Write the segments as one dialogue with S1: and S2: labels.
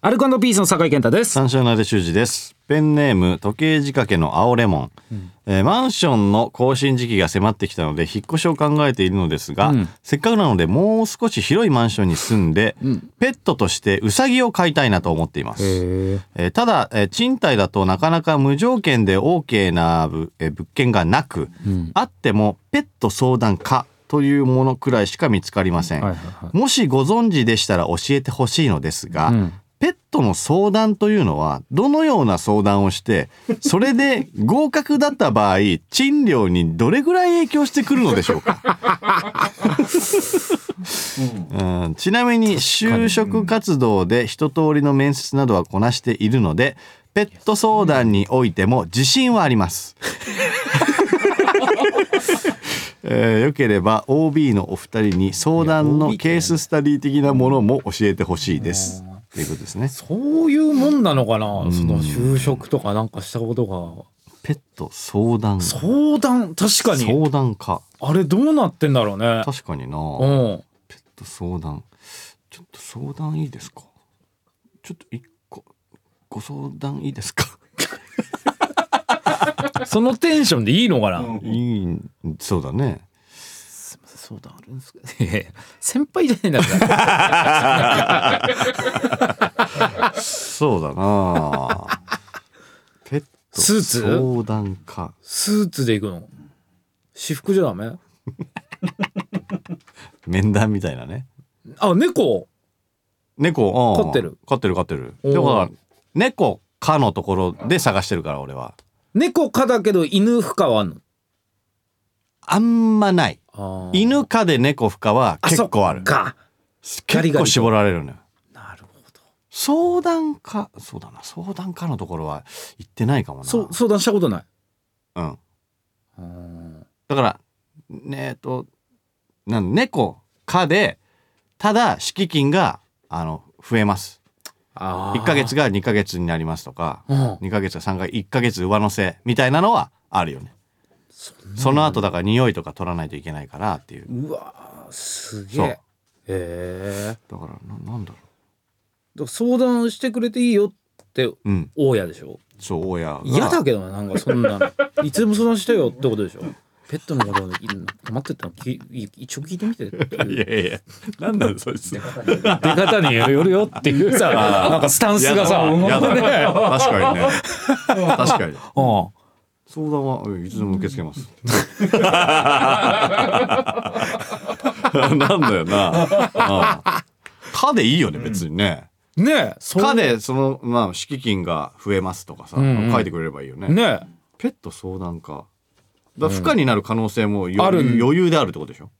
S1: アルコピースの酒井健太です。
S2: 三章なで修二ですペンネーム時計仕掛けの青レモン、えーマンションの更新時期が迫ってきたので引っ越しを考えているのですが、
S1: うん
S2: せっかくなのでもう少し広いマンションに住んで、ペットとしてウサギを飼いたいなと思っています、
S1: へ
S2: えーただ、えー賃貸だとなかなか無条件で OK なぶ、えー物件がなく、あってもペット相談課というものくらいしか見つかりません、
S1: はいはいは
S2: もしご存知でしたら教えてほしいのですが、
S1: うん
S2: ペットの相談というのはどのような相談を してそれで合格だった場合賃料にどれぐらい影響してくるのでしょうかうんちなみに就職活動で一通りの面接などはこなしているのでペット相談においても自信はあ ります。えー、よければ OB のお二人に相
S1: い
S2: 談
S1: や OB
S2: の
S1: って
S2: ケーススタディ的なものも教えてほしいです。ということですね。
S1: そういうもんなのかな、その
S2: うん
S1: 就職とかなんかしたことが。
S2: ペット相談
S1: 相談、確かに。
S2: 相談か
S1: あれどうなってんだろうね。
S2: 確かにな
S1: う
S2: ペッ
S1: ん。
S2: ト相談ちょっと相談いいですかちょっと一個ご相談いいですか
S1: そのテンションでいいのかな、
S2: いいそうだね
S1: 相談あるんですか 先輩じゃないんだから。
S2: そうだな ペット
S1: スーツ
S2: 相談か
S1: スーツで行くの。私服じゃダメ
S2: 面談みたいなね
S1: あ、猫
S2: 猫うん
S1: 飼ってる
S2: 飼ってる飼ってる
S1: おー
S2: だから猫かのところで探してるから俺は
S1: 猫かだけど犬不可はあんの
S2: あんまない
S1: あー
S2: 犬かで猫不可は結構ある
S1: そっか。ガリ
S2: 結
S1: ガリと
S2: 構絞られるのよ
S1: なるほど。
S2: 相談かそうだな相談かのところは行ってないかもな
S1: そう、相談したことない。
S2: うん、
S1: あー
S2: だからねえっとなん猫かでただ敷金があの増えます
S1: あー
S2: 1ヶ月が2ヶ月になりますとか
S1: うん。
S2: 2ヶ月が3ヶ月1ヶ月上乗せみたいなのはあるよねその後だから匂いとか取らないといけないからっていう
S1: うわーすげ
S2: そう
S1: え。へえ。
S2: だからななんだ
S1: だ
S2: ろ
S1: から相談してくれていいよって
S2: ううん
S1: 大家でしょ
S2: そう大家が
S1: 嫌だけどななんかそん なのいつでも相談してよってことでしょペットのことい困ってたのきい一応聞いてみてっていう
S2: いやいやなんだよそいつ
S1: 出方によるよっていうさなんかスタンスがさ
S2: やだやだ確か にね確かに
S1: うん
S2: 相談はいつでも受け付けます。 なんだよな。かでいいよね別にね。
S1: ねえそ
S2: かでそのまあ敷金が増えますとかさ、
S1: んうん
S2: 書いてくれればいいよね。
S1: ねえ
S2: ペット相談か。だから不可になる可能性もよ
S1: ある
S2: 余裕であるってことでしょ。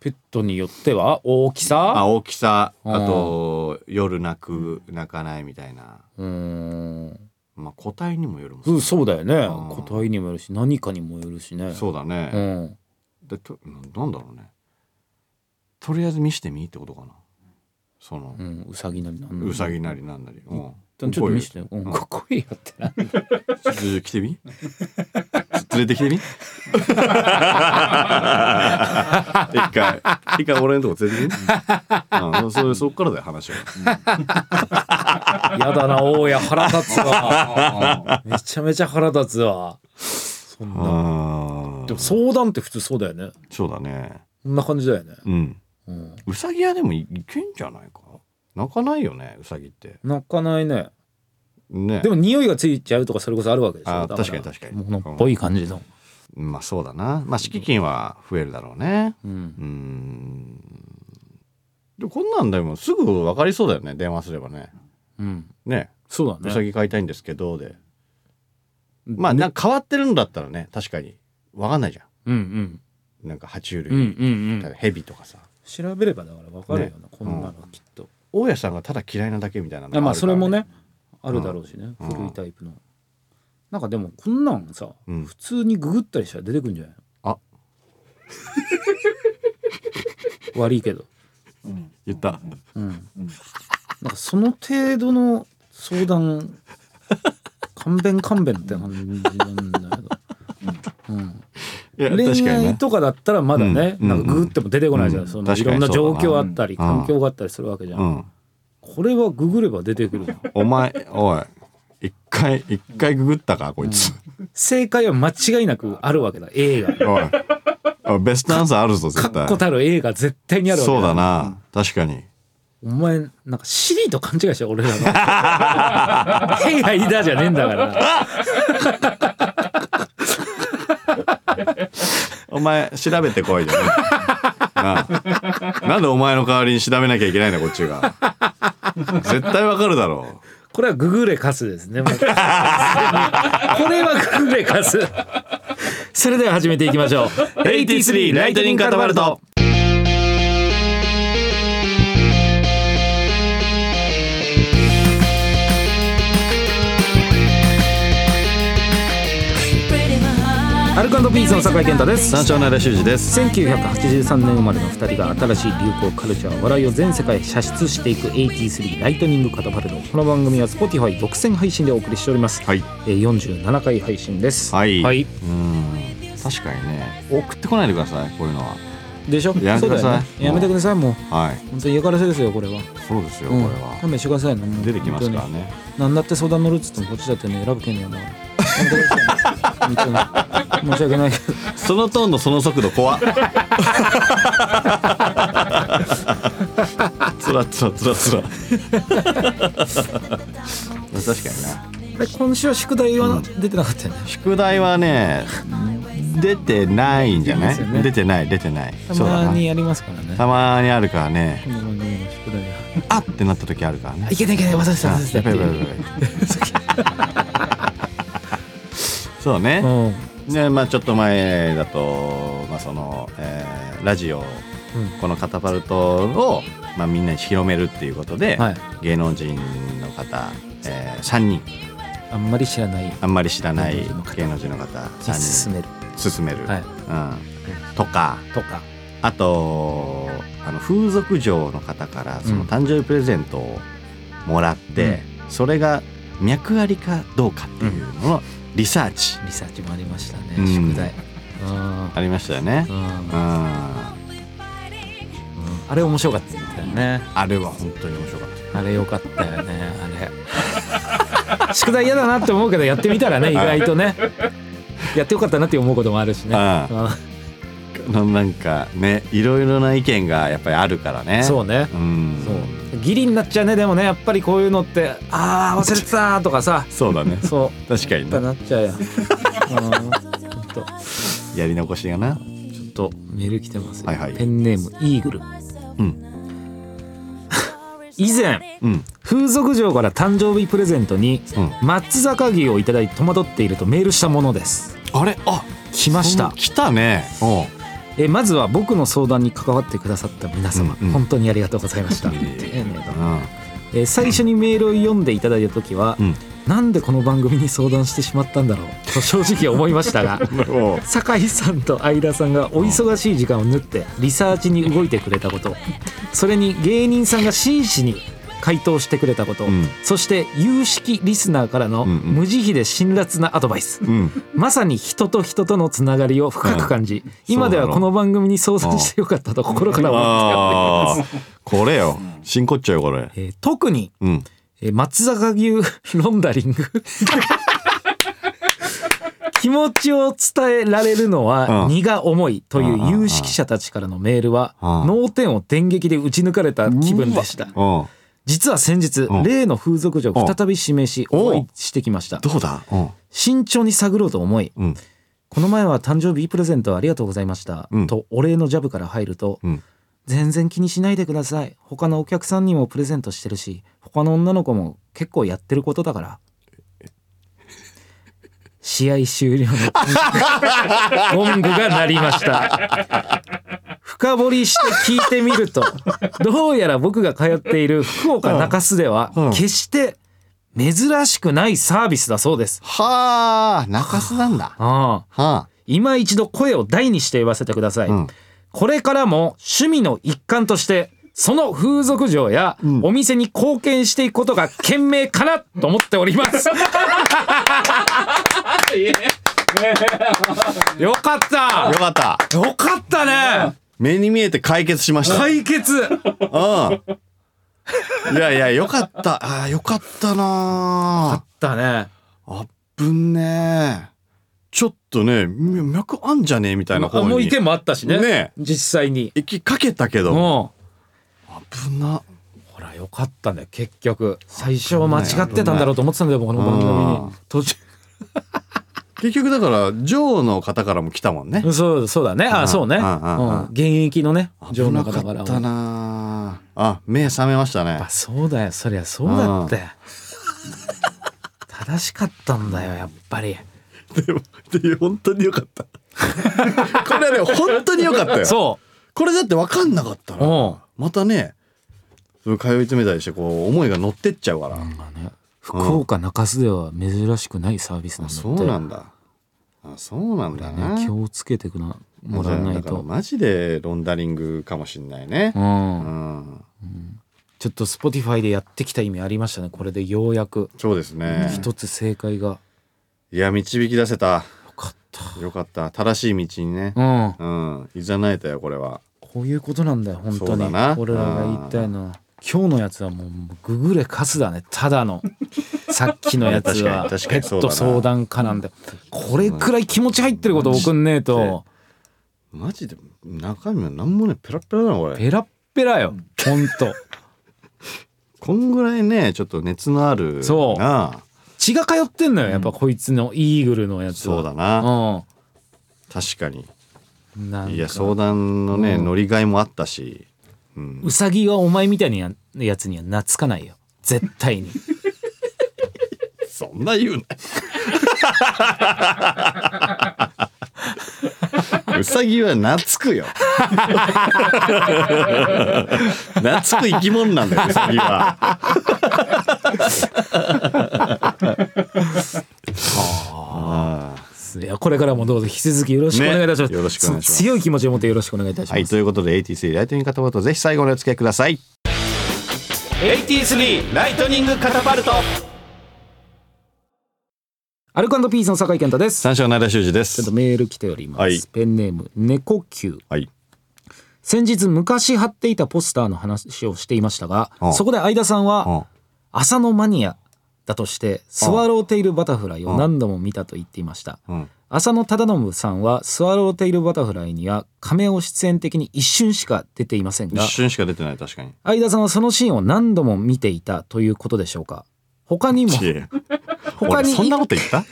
S1: ペットによっては大き
S2: あ
S1: さ
S2: 大きさ
S1: うん
S2: あと夜泣く泣かないみたいな。
S1: うーん
S2: まあ個体にもよるもん
S1: うんそうだよね
S2: ん
S1: 個体にもよるし何かにもよるしね
S2: そうだね。
S1: うん
S2: でとなんだろうねとりあえず見してみってことかなその
S1: う、んうさぎなりなんな
S2: う
S1: り
S2: さぎなりなんなり、うん、
S1: ちょっと見せてよ。うん
S2: ん
S1: かっこいいよってな。
S2: ちょっと来てみ 連れてきて み一回一回俺のとこ連れてきてみ、うん、それそっからだよ話は
S1: やだな、大家腹立つわ。 めちゃめちゃ腹立つわ。そんな。
S2: あ
S1: でも相談って普通そうだよね。
S2: そうだね
S1: こんな感じだよね。
S2: うん
S1: うん。
S2: うさぎはでもいいけんじゃないか泣かないよねうさぎって
S1: 泣かないね。
S2: ね
S1: でも匂いがついちゃうとかそれこそあるわけでしょ。
S2: あー
S1: だら
S2: 確かに確かに
S1: もうこのっぽい感じの。
S2: まあそうだなまあ敷金は増えるだろうね
S1: うん
S2: う。ーんでもこんなんでもすぐ分かりそうだよね電話すればね
S1: うん。
S2: ね
S1: そう
S2: う
S1: だ
S2: さ
S1: ね。
S2: ぎ買いたいんですけどでまあなんか変わってるんだったらね確かに分かんないじゃ
S1: うん
S2: んなんか爬虫類、
S1: うん。うんうんう
S2: だ
S1: ん
S2: か。ら蛇とかさ
S1: 調べればだからわかるよな。
S2: ね
S1: こんなのきっと。
S2: 大家さんがただ嫌いなだけみたいなのが
S1: あまあ
S2: る
S1: そ
S2: から
S1: れ
S2: ね
S1: もね、あるだろうしね。
S2: うん
S1: 古いタイプの。なんかでもこんなんさ、
S2: うん
S1: 普通にググったりしたら出てくんじゃない
S2: あ
S1: の悪いけど、
S2: 言った
S1: うん、なんかその程度の相談勘弁勘弁って感じなんだけど、うん、
S2: いや
S1: 恋愛とかだったらまだね、
S2: うん
S1: なんかググっても出てこないじゃん、
S2: うん
S1: そのい
S2: 確か
S1: ろん
S2: に
S1: な
S2: そうだな
S1: 状況あったり
S2: うん
S1: 環境があったりするわけじゃん、
S2: うん
S1: ここれはググれば出てくるな
S2: お前おい一回一回ググったかこいつ、
S1: 正解は間違いなくあるわけだ A が
S2: おいおいベストアンサーあるぞ絶
S1: 確
S2: 対
S1: 固たる A が絶対にあるわけ
S2: そうだな、確かに
S1: お前なんかシリと勘違いして俺らの 「ヘイがいだ」じゃねえんだから
S2: お前調べてこ いよなあなんでお前の代わりに調べなきゃいけないんだこっちが絶対わかるだろ
S1: これはググレカスですねもう これはググレカスそれでは始めていきましょう
S2: う83ライトニングカタパルト
S1: アルコピースの酒井健太です
S2: 三照奈良修二です
S1: 1983年生まれの2人が新しい流行カルチャー笑いを全世界へ射出していく83ライトニングカタパルトこの番組は Spotify 独占配信でお送りしております、
S2: はい
S1: えー47回配信です
S2: はい
S1: はい、
S2: うん確かにね送ってこないでくださいこういうのは
S1: でしょ
S2: やめてください
S1: そうだよねやめてくださいもう
S2: はい
S1: 本当に嫌がらせですよこれは
S2: そうですよこ
S1: う
S2: れ
S1: ん
S2: は、
S1: 勘弁してくださいねもう
S2: 出てきますから
S1: 本
S2: ね
S1: 当に何だって相談乗るっつってもこっちだってね選ぶ権利はないやめてくださいね本当に申し 訳ないけど
S2: そのトーンのその速 度怖っつらつらつらつら確かにな
S1: あれ今週は宿題は出てなかったよね、
S2: 宿題はね出てないんじゃない、
S1: 出てますよね
S2: 出てない出てない
S1: た
S2: そうだ
S1: ま
S2: な
S1: にやりますからね
S2: たまにあるからね
S1: この番組の宿題は
S2: あってなった時あるからね
S1: いけないいけない忘れてた
S2: あ
S1: 忘れてた
S2: やばいやばいやばい そうね、
S1: うんうん
S2: ねまあちょっと前だと、まあそのえーラジオこのカタパルトを、まあ、みんなに広めるっていうことで、
S1: はい
S2: 芸能人の方、え3人
S1: あんまり知らない
S2: あんまり知らない
S1: 芸能人の方
S2: 芸能人の方
S1: に進
S2: 3
S1: める
S2: 人勧める、
S1: はい
S2: うん、とか
S1: とか
S2: あとあの風俗嬢の方からその誕生日プレゼントをもらって、それが脈ありかどうかっていうののリサーチ
S1: リサーチもありましたね、
S2: うん
S1: 宿題うん
S2: ありましたよね
S1: う。ん
S2: うん、あ
S1: あれ面白かったみたいなね
S2: れは本当に面白かっ
S1: あれ良かったよねあれ 宿題嫌だなって思うけどやってみたらね意外とねやってよかったなって思うこともあるしね
S2: ああ
S1: う
S2: た。ななんかねいろいろな意見がやっぱりあるからね。
S1: んそうね
S2: うん、
S1: そうギリになっちゃうねでもねやっぱりこういうのってあー忘れてたとかさ
S2: そ うだね
S1: そう
S2: 確かに
S1: やっぱ
S2: ね
S1: なっちゃうよ。うんほんと
S2: やり残しがな
S1: ちょっとメール来てますよ
S2: はいはい
S1: ペンネームイーグル
S2: うん
S1: 以前
S2: うん
S1: 風俗嬢から誕生日プレゼントに
S2: うん
S1: 松坂牛をいただいて戸惑っているとメールしたものです
S2: あれあ
S1: 来まし
S2: そ
S1: た
S2: ん来たねおう
S1: えまずは僕の相談に関わってくださった皆様、
S2: うんうん
S1: 本当にありがとうございました、
S2: いえい
S1: 丁
S2: え
S1: 寧だ
S2: う
S1: なんえ最初にメールを読んでいただいた時は、
S2: うん
S1: なんでこの番組に相談してしまったんだろうと正直思いま したが
S2: おう
S1: 酒井さんと相田さんがお忙しい時間を縫ってリサーチに動いてくれたことそれに芸人さんが真摯に回答してくれたこと、
S2: うん
S1: そして有識リスナーからの
S2: うんうん
S1: 無慈悲で辛辣なアドバイス、
S2: うん
S1: まさに人と人とのつながりを深く感じ、今ではこの番組に相談してよかったと心から思ってお
S2: あ
S1: り
S2: あ
S1: ます。
S2: ーこれよ真骨頂よこれ
S1: えー特に、
S2: うん
S1: えー松坂牛ロンダリ ング気持ちを伝えられるのは
S2: うん
S1: 荷が重いとい
S2: うんうん
S1: う有識者たちからのメールは
S2: うん
S1: 脳天を電撃で打ち抜かれた気分でした
S2: おう
S1: 実は先日
S2: うん
S1: 例の風俗嬢を再び指名し
S2: うん
S1: お会いしてきました
S2: どうだ
S1: 慎重に探ろうと思い
S2: うんうん
S1: この前は誕生日プレゼントありがとうございました、
S2: うん
S1: とお礼のジャブから入ると、
S2: うん
S1: 全然気にしないでください他のお客さんにもプレゼントしてるし他の女の子も結構やってることだから試合終了のゴングが鳴りました深掘りして聞いてみるとどうやら僕が通っている福岡中洲では
S2: うんうん
S1: 決して珍しくないサービスだそうです
S2: はあ中洲なんだ
S1: ああ
S2: は
S1: 今一度声を大にして言わせてくださ
S2: あ
S1: い、
S2: うん
S1: これからも趣味の一環としてその風俗嬢や
S2: うん
S1: お店に貢献していくことが賢明かなと思っております、よかった
S2: よかった
S1: よかったね
S2: 目に見えて解決しました
S1: 解決
S2: うんいやいやよかったあーよかった
S1: あ
S2: な
S1: ったね
S2: ーあっぶんねーちょっとねみ脈あんじゃねえみたいな方
S1: あもう
S2: に
S1: 意見もあったしね
S2: ね
S1: 実際に
S2: 行きかけたけ
S1: うん
S2: ど
S1: ほ
S2: 危な
S1: らよかったね結局最初は間違ってたんだろうと思ってたんだよ僕の番組
S2: う
S1: に
S2: ん
S1: 途中
S2: 結局だからジョーの方からも来たもんね
S1: そうそうだねあ
S2: うん
S1: そうねう
S2: うんうんう
S1: ん
S2: ん
S1: 現役のね
S2: 危な
S1: の
S2: か
S1: 方から
S2: った
S1: は
S2: なーあ目覚めましたね
S1: やっぱそうだよそりゃそうだって正しかったんだよやっぱり
S2: でもで本当によかった これはね本当によかったよ
S1: そ
S2: これだって分かんなかった
S1: うう
S2: ら
S1: ん
S2: またねその通い詰めたりしてこう思いが乗ってっちゃうから、
S1: まあね福岡中洲では珍しくないサービスなんだ
S2: あ
S1: って
S2: そうなんだあそうなんだな、
S1: ね気をつけてくなもらわない
S2: だから
S1: と、
S2: マジでロンダリングかもしんないね
S1: う、、
S2: うんん、
S1: ちょっと Spotify でやってきた意味ありましたねこれでようやく
S2: そうですね
S1: 一つ正解がよ
S2: いや導き出せた
S1: かった
S2: よかった正しい道にね
S1: うん
S2: うんいざなえたよこれは
S1: こういうことなんだよ本
S2: そ
S1: 当
S2: う
S1: に
S2: だな
S1: 俺らが言いたいのは今日のやつはもうググれカスだねただの さっきのやつは
S2: 確かに確
S1: ペ
S2: かにそ
S1: ッ
S2: う
S1: ト
S2: だな
S1: 相談家なんだよこれくらい気持ち入ってること送んねえと
S2: マジで中身は何もねペラペラだなこれ
S1: ペラッペラよほん と
S2: こんぐらいねちょっと熱のある
S1: そう
S2: な
S1: 血が通ってんのよやっぱこいつのイーグルのやつは
S2: そうだな
S1: うん
S2: 確かに
S1: なんか
S2: いや相談のね、
S1: うん
S2: 乗り換えもあったし、うん
S1: う、さぎはお前みたいなややつには懐かないよ絶対 に
S2: そんな言うな うさぎは懐く よ懐く生き物なんだようさぎはあー
S1: いやこれからもどうぞ引き続きよろしくお願いいたします、
S2: ねよろしくお願いします
S1: つ強い気持ちを持ってよろしくお願いいたします、
S2: はいということで AT3 ライトニングカタパルトぜひ最後までお付き合いください
S1: AT3
S2: ライトニングカタパルト
S1: アルコピースの酒井健太ですち
S2: 三章内田修司で
S1: ょっと
S2: す
S1: メール来ております、
S2: はい
S1: ペンネーム猫球
S2: はい
S1: 先日昔貼っていたポスターの話をしていましたが
S2: うん
S1: そこで相田さんは朝のマニアだとしてスワローテイルバタフライを何度も見たと言っていました
S2: うん
S1: 浅野忠信さんはスワローテイルバタフライには亀を出演的に一瞬しか出ていませんが
S2: 一瞬しか出てない確かに
S1: 相田さんはそのシーンを何度も見ていたということでしょうか他にも
S2: いや
S1: 他
S2: 俺
S1: に
S2: そんなこと言 った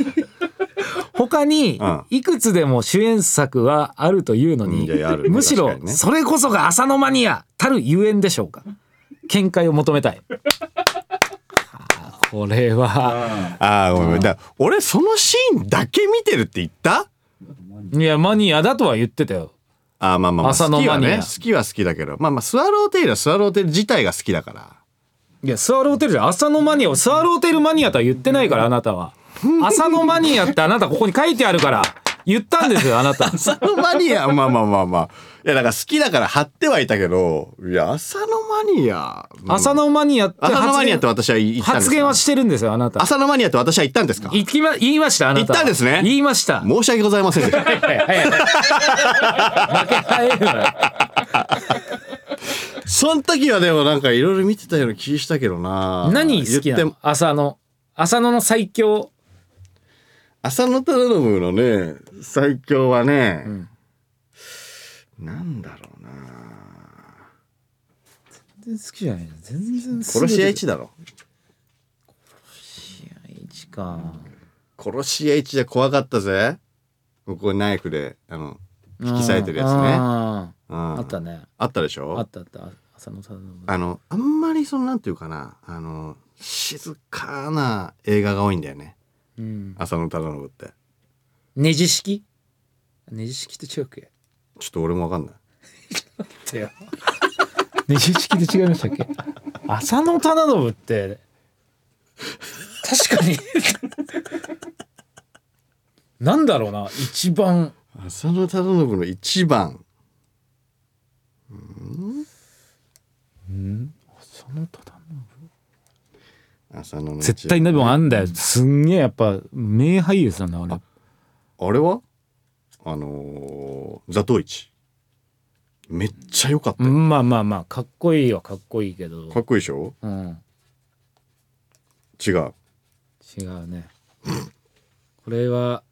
S1: 他に
S2: うん
S1: いくつでも主演作はあるというの
S2: うん
S1: に
S2: いやあ る
S1: むしろ
S2: 確かにね
S1: それこそが浅野マニアたるゆえんでしょうか見解を求めた いあーこれは
S2: ああごめんごめんだから俺そのシーンだけ見てるって言った
S1: いやマニアだとは言ってたよ
S2: あーまあまあまあ
S1: 浅
S2: 好
S1: 野
S2: きは
S1: マニア
S2: ね好きは好きだけどまあまあスワローテイルはスワローテイル自体が好き だから
S1: いやスワローテルじゃん浅野マニアをスワローテルマニアとは言ってないからあなた は浅野マニアってあなたここに書いてあるから言ったんです よあなた
S2: 浅野マニアまあまあまあまあいやだから好きだから貼ってはいたけどいや浅野マニアうん
S1: 浅野マニアって発言
S2: 浅野マニアって私は言ったんです
S1: 発言はしてるんですよあなた
S2: 浅野マニアって私は言ったんですか
S1: 言きま言いましたあなたは
S2: 言ったんですね
S1: 言いました
S2: 申し訳ございませんでした
S1: はいはいはい負 けないわ
S2: その時はでもなんかいろいろ見てたような気したけどな
S1: 何好きな
S2: 言って
S1: の浅野浅野の最強
S2: 浅野忠信のね最強はね、なんだろうな
S1: 全然好きじゃない全然
S2: 殺し屋一だろ
S1: 一か
S2: 殺し屋一じゃ怖かったぜ向こうにナイフであの引き裂いてるやつね
S1: あ
S2: あ
S1: ーあったね
S2: あったでし
S1: あ
S2: ょ
S1: ったあった浅野さんの
S2: あのあんまりそのなんていうかなあの静かな映画が多いんだよね
S1: うん
S2: 浅野忠信って
S1: ネジ式ネジ式と違うっけ
S2: ちょっと俺もわかんない
S1: ネジ式と違いましたっけ浅野忠信って確 かになんだろうな一番
S2: 浅野忠信の一番
S1: 浅野忠信
S2: 浅野の一番
S1: 絶対でもあんだよすんげえやっぱ名俳優さんだ俺
S2: あれはあのー、ザトウイチめっちゃ良かった
S1: う
S2: よ、
S1: んまあまあまあかっこいいはかっこいいけど
S2: かっこいいでしょ
S1: うん
S2: 違う
S1: 違うねこれは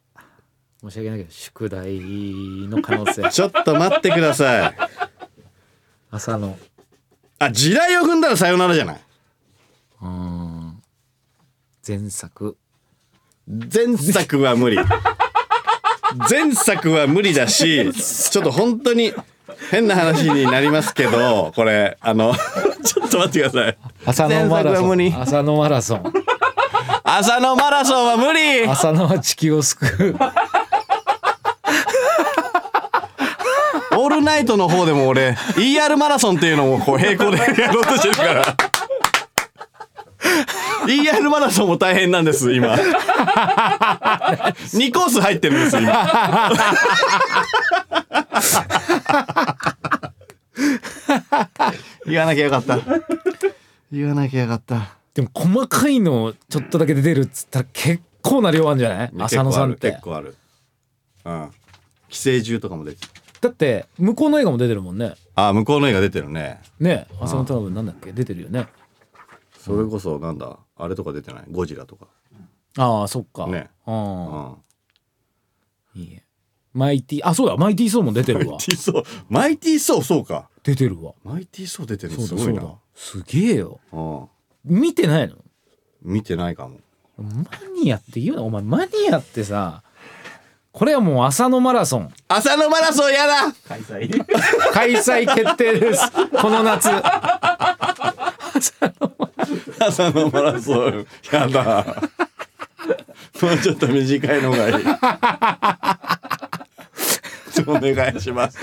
S1: 申し訳ないけど宿題の可 能性
S2: ちょっと待ってください
S1: 朝の
S2: あ時代を踏んだらさよならじゃないう
S1: ーん前作
S2: 前作は無理前作は無理だしちょっと本当に変な話になりますけどこれあの ちょっと待ってください
S1: 朝のマラ
S2: 前作は
S1: ソ
S2: 無理
S1: ン朝のマラソン
S2: 朝のマラソンは無理
S1: 朝のは地球を 救う
S2: オールナイトの方でも俺 ER マラソンっていうのもこう並行で やろうとしてるから ER マラソンも大変なんです今2コース入ってるんです今 言わなきゃよかった言わなきゃよかった
S1: でも細かいのちょっとだけ出てるっつったら結構な量あるんじゃない浅野さんって
S2: 結構あるうん寄生獣とかも出てる
S1: だって向こうの映画も出てるもんね
S2: あ向こうの映画出てるね
S1: ね浅野太郎なんだっけ出てるよね
S2: それこそなんだあれとか出てないゴジラとか
S1: ああそっか
S2: ね
S1: うん
S2: うん
S1: いいえマイティあそうだマイティソーも出てる
S2: マ
S1: わ
S2: イティーソーマイティーソーそうか
S1: 出てるわ
S2: マイティーソー出てる
S1: そ
S2: の
S1: う
S2: す
S1: だ
S2: ご
S1: そ
S2: いうな
S1: だすげえよ
S2: うん
S1: 見てないの
S2: 見てないかも
S1: マニアって言うなお前マニアってさこれはもう朝のマラソン
S2: 朝のマラソンやだ
S3: 開催
S1: 開催決定 ですこの夏
S2: 朝のマラソンやだもうちょっと短いのがいいお願いします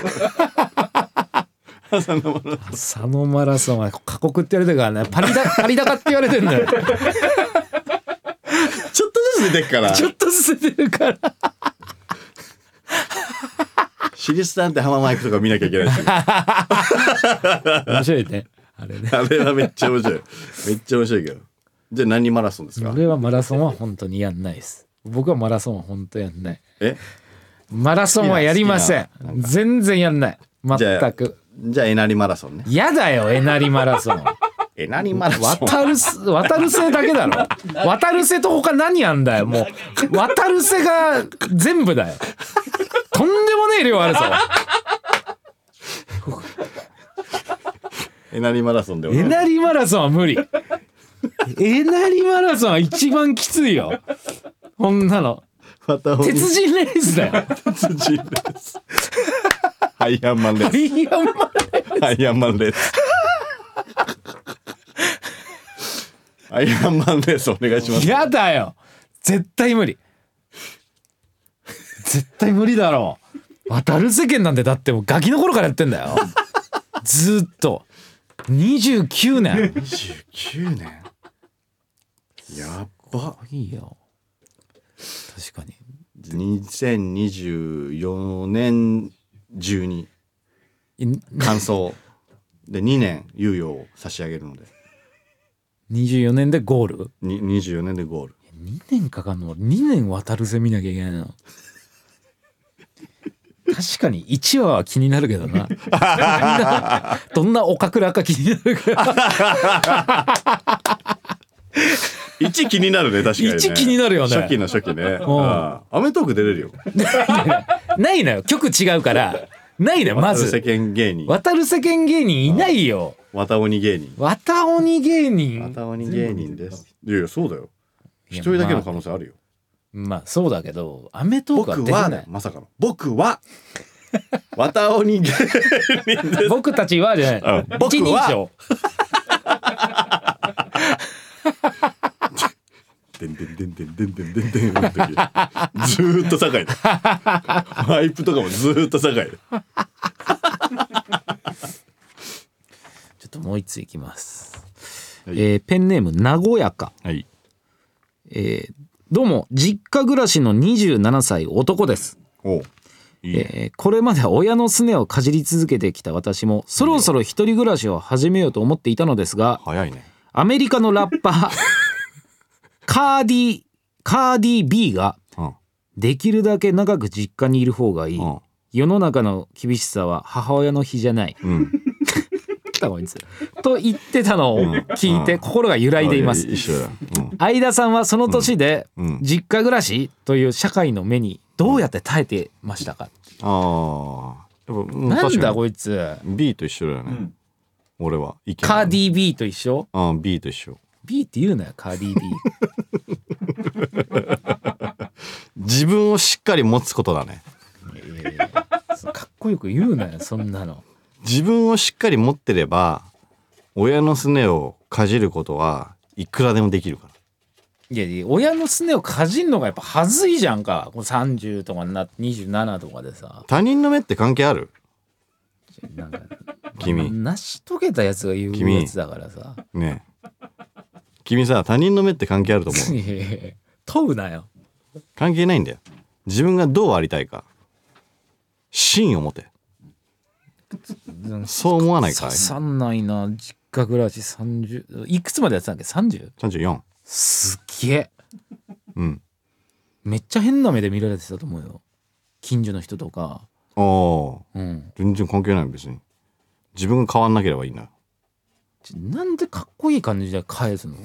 S2: 朝のマラソン
S1: 朝のマラソンは過酷って言われてるからねパリだパリ高って言われてるんだよ
S2: ちょっとずつ出てっか ら
S1: ちょっとずれてるから
S2: シリスタンって浜マイクとか見なきゃいけないし
S1: 面白いねあれね
S2: あれはめっちゃ面白いめっちゃ面白いけどじゃあ何マラソンですか
S1: 俺はマラソンは本当にやんないです僕はマラソンは本当やんない
S2: え
S1: マラソンはやりません
S2: 好きな
S1: 全然やんない全く
S2: じゃあえなりマラソンね
S1: やだよえなりマラソン
S2: えなりマラソン
S1: 渡るせ渡る瀬だけだろ渡る瀬と他何あんだよもう渡る瀬が全部だよとんでもねえ量あるぞ
S2: えなりマラソンでお
S1: え
S2: 願い
S1: なりマラソンは無理えなりマラソンは一番きついよこんなの
S2: また
S1: 鉄人レースだ よ
S2: 鉄人です。ハイアンマンレース。
S1: いやお前
S2: ハイアンマンレース。ハイアンマンレースお願いします。
S1: やだよ絶対無理絶対無理だろう渡る世間なんてだってもうガキの頃からやってんだよずーっと29年
S2: 29年。やば。
S1: いいよ確かに
S2: 2024年中に
S1: い
S2: 完走。で、2年猶予を差し上げるので。
S1: 24年でゴール
S2: に24年でゴール。
S1: 2年かかんの2年渡る世見なきゃいけないの確かに1話は気になるけど などんなおかくらか気になるけど
S2: 1気になるね、確かに、ね。
S1: 一気になるよね
S2: 初期の初期ね。ああアメトーク出れるよ。
S1: ないのよ局違うからないのよまず
S2: 世間芸人。
S1: 渡る世間芸人いないよ。
S2: 綿鬼芸人。
S1: 渡鬼芸人。
S2: 綿鬼芸人です。いやいや、そうだよ。一人だけの可能性あるよ。
S1: まあそうだけど、アメトークは
S2: 僕
S1: 出
S2: は、
S1: てない。
S2: まさかの。僕は、綿鬼芸人です。
S1: 僕たちはじゃない。
S2: うん僕は
S1: 一人称
S2: でんでんでんでんでんでんでんでんの時。ずーっと酒井だ。ワイプとかもずーっと酒井だ。
S1: ちょっともう一ついきます。
S2: はい
S1: えーペンネーム和やか。
S2: はい。
S1: えーどうも実家暮らしの27歳男です。
S2: おういいね。
S1: えーこれまで親のすねをかじり続けてきた私もそろそろ一人暮らしを始めようと思っていたのですが
S2: 早いね。
S1: アメリカのラッパー カーディカーディ B が
S2: うん。
S1: できるだけ長く実家にいる方がいい、
S2: うん。
S1: 世の中の厳しさは母親の比じゃない。
S2: うん。
S1: だこいつと言ってたのを聞いて心が揺らいでいます。
S2: 一緒だ。うん。
S1: 相田さんはその年で
S2: うんうん
S1: 実家暮らしという社会の目にどうやって耐えてましたか。
S2: ああ。やっぱう
S1: なん
S2: 確か
S1: だ
S2: に
S1: こいつ。
S2: B と一緒だよね、俺は意見
S1: カーディー B と一緒。
S2: ああ B と一緒
S1: B って言うなよカーディー B。
S2: 自分をしっかり持つことだね
S1: かっこよく言うなよそんなの。
S2: 自分をしっかり持ってれば親のすねをかじることはいくらでもできるから
S1: いやいや親のすねをかじんのがやっぱ恥ずいじゃんか。こう30とかになって27とかでさ。
S2: 他人の目って関係ある
S1: なんか
S2: 君
S1: 成し遂げたやつが言う
S2: 君
S1: やつだからさ。
S2: ねえ君さ他人の目って関係あると思 う
S1: いやいやいや問うなよ。
S2: 関係ないんだよ自分がどうありたいか芯を 持てそう思わないかい
S1: 刺さんないな実家暮らし30いくつまでやってたんだっけ 30?
S2: 34
S1: すっげえ
S2: うん
S1: めっちゃ変な目で見られてたと思うよ近所の人とか
S2: ああ
S1: うん
S2: 全然関係ない別に自分が変わんなければいいんだよ
S1: ちょなんでかっこいい感じで返すの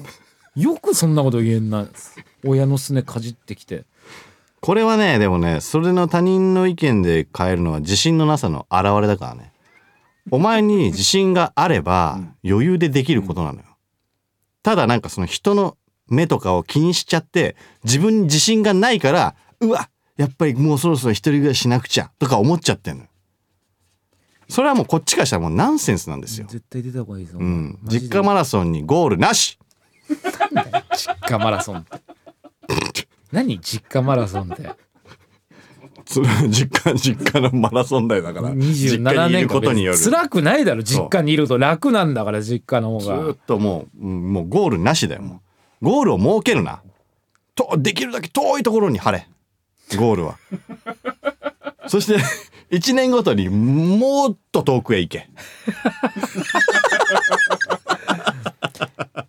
S1: よくそんなこと言えんな親のすねかじってきて
S2: これはねでもねそれの他人の意見で変えるのは自信のなさの表れだからねお前に自信があれば余裕でできることなのよただなんかその人の目とかを気にしちゃって自分に自信がないからうわやっぱりもうそろそろ一人暮らししなくちゃとか思っちゃってんのよそれはもうこっちからしたらもうナンセンスなんですよ、
S1: 絶対出た方がいいぞ、
S2: うん、
S1: マジで
S2: 実家マラソンにゴールなし
S1: 実家マラソンって 何実家マラソンって
S2: それは実家実家のマラソン代だから
S1: 27
S2: 実家にい
S1: 年
S2: る
S1: 間
S2: ことによ
S1: 別に
S2: るず
S1: 辛くないだろ実家にいると楽なんだから実家の方
S2: ー
S1: が
S2: っともううんもうゴールなしだよもうゴールを設けるなとできるだけ遠いところに貼れゴ ールはそして1年ごとにもっと遠くへ行け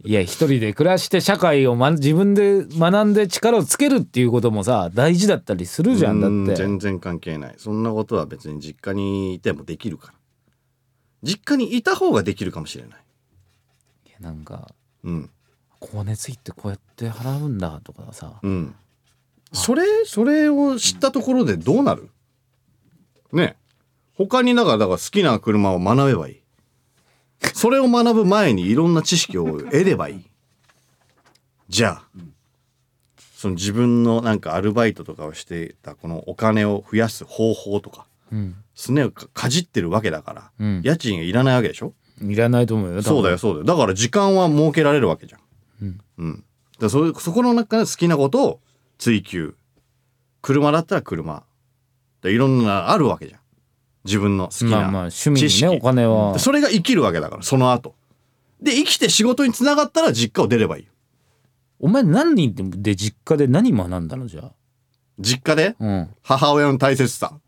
S1: いや一人で暮らして社会を、ま、自分で学んで力をつけるっていうこともさ大事だったりするじゃんだ
S2: う
S1: って
S2: 全然関係ないそんなことは別に実家にいてもできるから実家にいた方ができるかもしれない
S1: いやなんか
S2: うん
S1: 光熱費ってこうやって払うんだとかさ
S2: うんそれそれを知ったところでどうなるねえ他にだからだから好きな車を学べばいいそれを学ぶ前にいろんな知識を得ればいいじゃあその自分のなんかアルバイトとかをしていたこのお金を増やす方法とか
S1: うん
S2: すねをかかじってるわけだから、
S1: うん
S2: 家賃がいらないわけでしょ
S1: いらないと思うよ
S2: そうだよそうだよだから時間は設けられるわけじゃん
S1: うん、
S2: うん、だそそこの中で好きなことを追求車だったら車でいろんなあるわけじゃん自分の好きな、
S1: まあまあ趣味
S2: 知
S1: に
S2: 識
S1: ねお金は
S2: でそれが生きるわけだからその後で生きて仕事につながったら実家を出ればいいよ
S1: お前何人で実家で何学んだのじゃあ
S2: 実家で
S1: うん
S2: 母親の大切さ、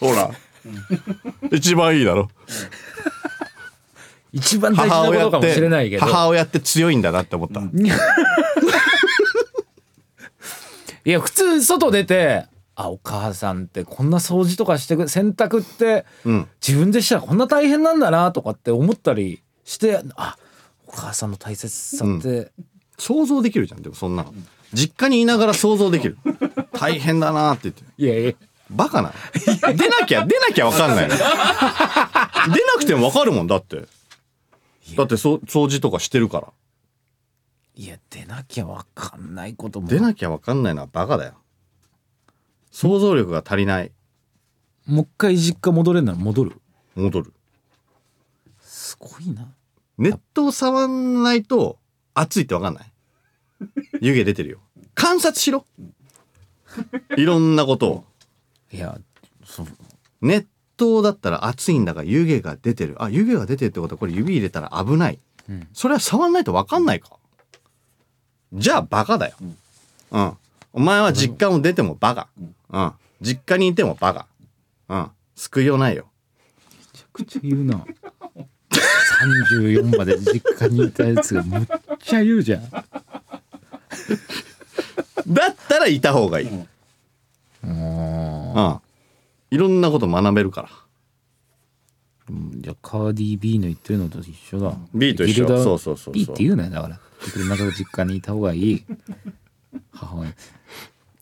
S2: ほら、一番いいだろ
S1: 一番大事
S2: 母
S1: なこ
S2: 親
S1: とか
S2: っ
S1: もしれない
S2: て
S1: けど
S2: 母親って強いんだなって思った、
S1: いや普通外出てあお母さんってこんな掃除とかしてく洗濯って、
S2: ん
S1: 自分でしたらこんな大変なんだなとかって思ったりしてあお母さんの大切さって、
S2: 想像できるじゃんでもそんなの実家にいながら想像できる大変だなって言って
S1: いやいや
S2: バカなの出なきゃ出なきゃ分かんないの出なくても分かるもんだってだってそ掃除とかしてるから
S1: いや出なきゃわかんないことも
S2: 出なきゃ分かんないのはバカだよ想像力が足りない
S1: もう一回実家戻れんなら戻る
S2: 戻る
S1: すごいな
S2: ネットを触んないと熱いって分かんない湯気出てるよ観察しろいろんなことを
S1: いやそう
S2: 熱湯だったら熱いんだが湯気が出てるあ湯気が出てるってことはこれ指入れたら危ない、
S1: うん
S2: それは触んないと分かんないかじゃあバカだようん、お前は実家を出てもバカうん実家にいてもバカうん救いようないよ
S1: めちゃくちゃ言う な34まで実家にいたやつがむっちゃ言うじゃん
S2: だったらいた方がいい、うん。いろんなこと学べるから。
S1: うんじゃあカーディー B の言ってるのと一緒だ
S2: B と一緒
S1: ギルダ
S2: そうそうそうそう
S1: B って言うなよだからなかなか実家にいた方がいい 母親
S2: い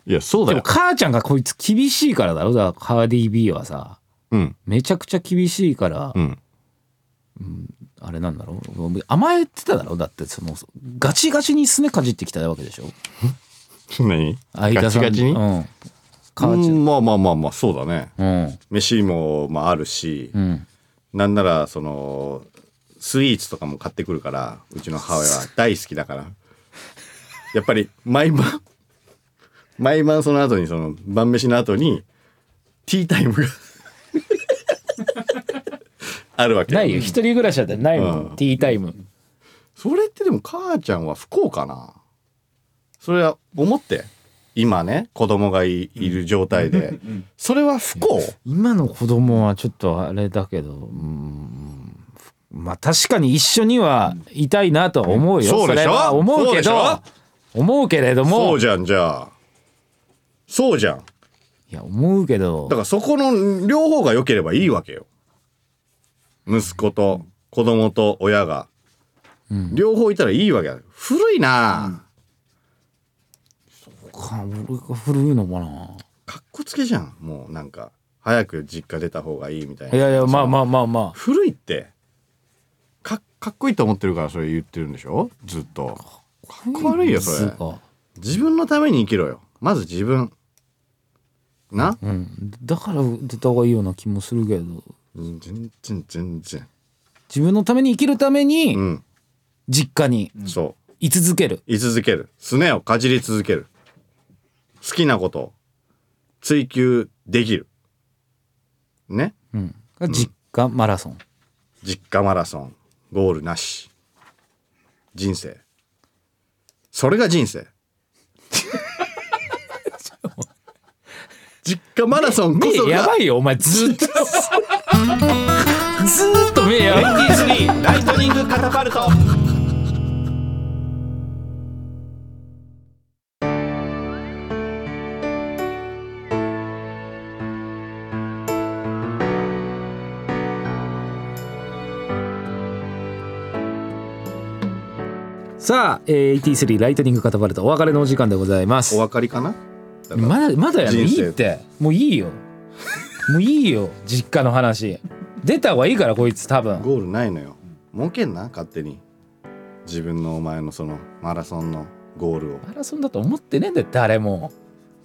S2: や、そう
S1: で
S2: だ
S1: も
S2: よ。
S1: 母ちゃんがこいつ厳しいからだろだからカーディー B はさ
S2: うん。
S1: めちゃくちゃ厳しいから、
S2: うん。
S1: あれなんだろう甘えてただろだってそのガチガチにすねかじってきたわけでしょ
S2: 何
S1: 相田
S2: ガチ
S1: さん
S2: ガチに
S1: う、
S2: うん
S1: 母ち
S2: んまあまあまあまあ、そうだね。
S1: ゃん
S2: 飯も、まあ、あるし、
S1: うんうん
S2: なんなら、その、スイーツとかも買ってくるから、うちの母親 は大好きだから。やっぱり、毎晩、毎晩その後に、その、晩飯の後に、ティータイムが、あるわけ。
S1: ないよ一人暮らしだってないもん、
S2: うん
S1: ティータイム
S2: それってでも母ちゃんは不幸かなそれは思って今ね子供がいいる状態で、それは不幸
S1: 今の子供はちょっとあれだけどうんまあ確かに一緒にはいたいなとは思うよ、
S2: そうでし
S1: れ
S2: ょ
S1: は思うけ
S2: そう
S1: ど
S2: で
S1: 思うけれど
S2: そ
S1: も
S2: うじゃんじゃあそうじゃんだ
S1: いや思うけど
S2: からそこの両方が良ければいいわけよ息子と子供と親が、
S1: ん
S2: 両方いたらいいわけだ古いな、
S1: か俺が古いのかな
S2: かっこつけじゃんもうなんか早く実家出た方がいいみたいない
S1: やいやまあまあまあまあ
S2: 古いってかかっこいいと思ってるからそれ言ってるんでしょずっとかっこ悪いよそ
S1: つう
S2: れ
S1: か
S2: 自分のために生きろよまず自分な
S1: うんだから出た方がいいような気もするけど
S2: 全然全然
S1: 自分のために生きるため
S2: う
S1: に
S2: ん
S1: 実家に
S2: そ
S1: 居続ける
S2: う居続けるすねをかじり続ける好きなことを追求できるね
S1: うんが実家マラソン
S2: 実家マラソンゴールなし人生それが人 生実家マラソンこ
S1: 目
S2: そ
S1: や
S2: が
S1: ばいよお前ず っとずーっと目やばい
S2: 23ライトニングカタパルト
S1: さあ、えー、83ライトニングカタパルトお別れのお時間でございます
S2: お分かりかな
S1: まだまだやるい
S2: 人生
S1: いってもういいよもういいよ実家の話出た方がいいからこいつ多分
S2: ゴールないのよ儲けんな勝手に自分のお前のそのマラソンのゴールを
S1: マラソンだと思ってねえんだよ誰も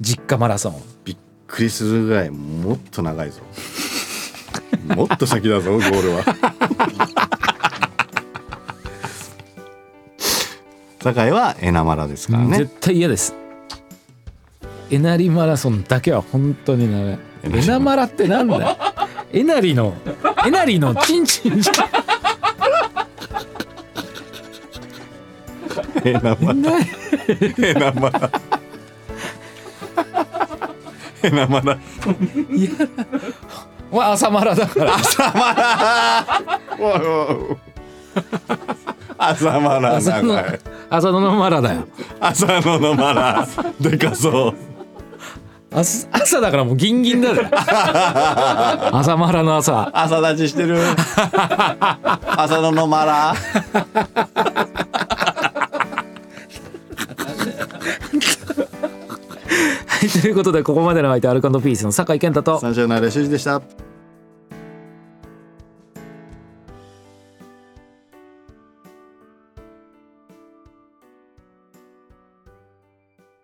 S1: 実家マラソン
S2: びっくりするぐらいもっと長いぞ もっと先だぞゴールは 酒井はエナマラですからね
S1: 絶対嫌ですえなりマラソンだけは本当にダメ
S2: えなり
S1: えなマラってなん だよえなりのえなりのチンチ ンじゃん
S2: エナ マラ
S1: ない
S2: エナマラエナマラ
S1: わ朝マラだから
S2: 朝マラおいおいおい朝マラ
S1: 朝
S2: な
S1: の
S2: これ
S1: 朝のマラだよ
S2: 朝野のマラでかそう
S1: 朝朝だからもうギンギンだぜ朝マラの朝
S2: 朝立ちして る朝野のマ ラ
S1: はいということでここまでの相手アルカンドピースの酒井健太と
S2: 三四郎のあれしゅうじでした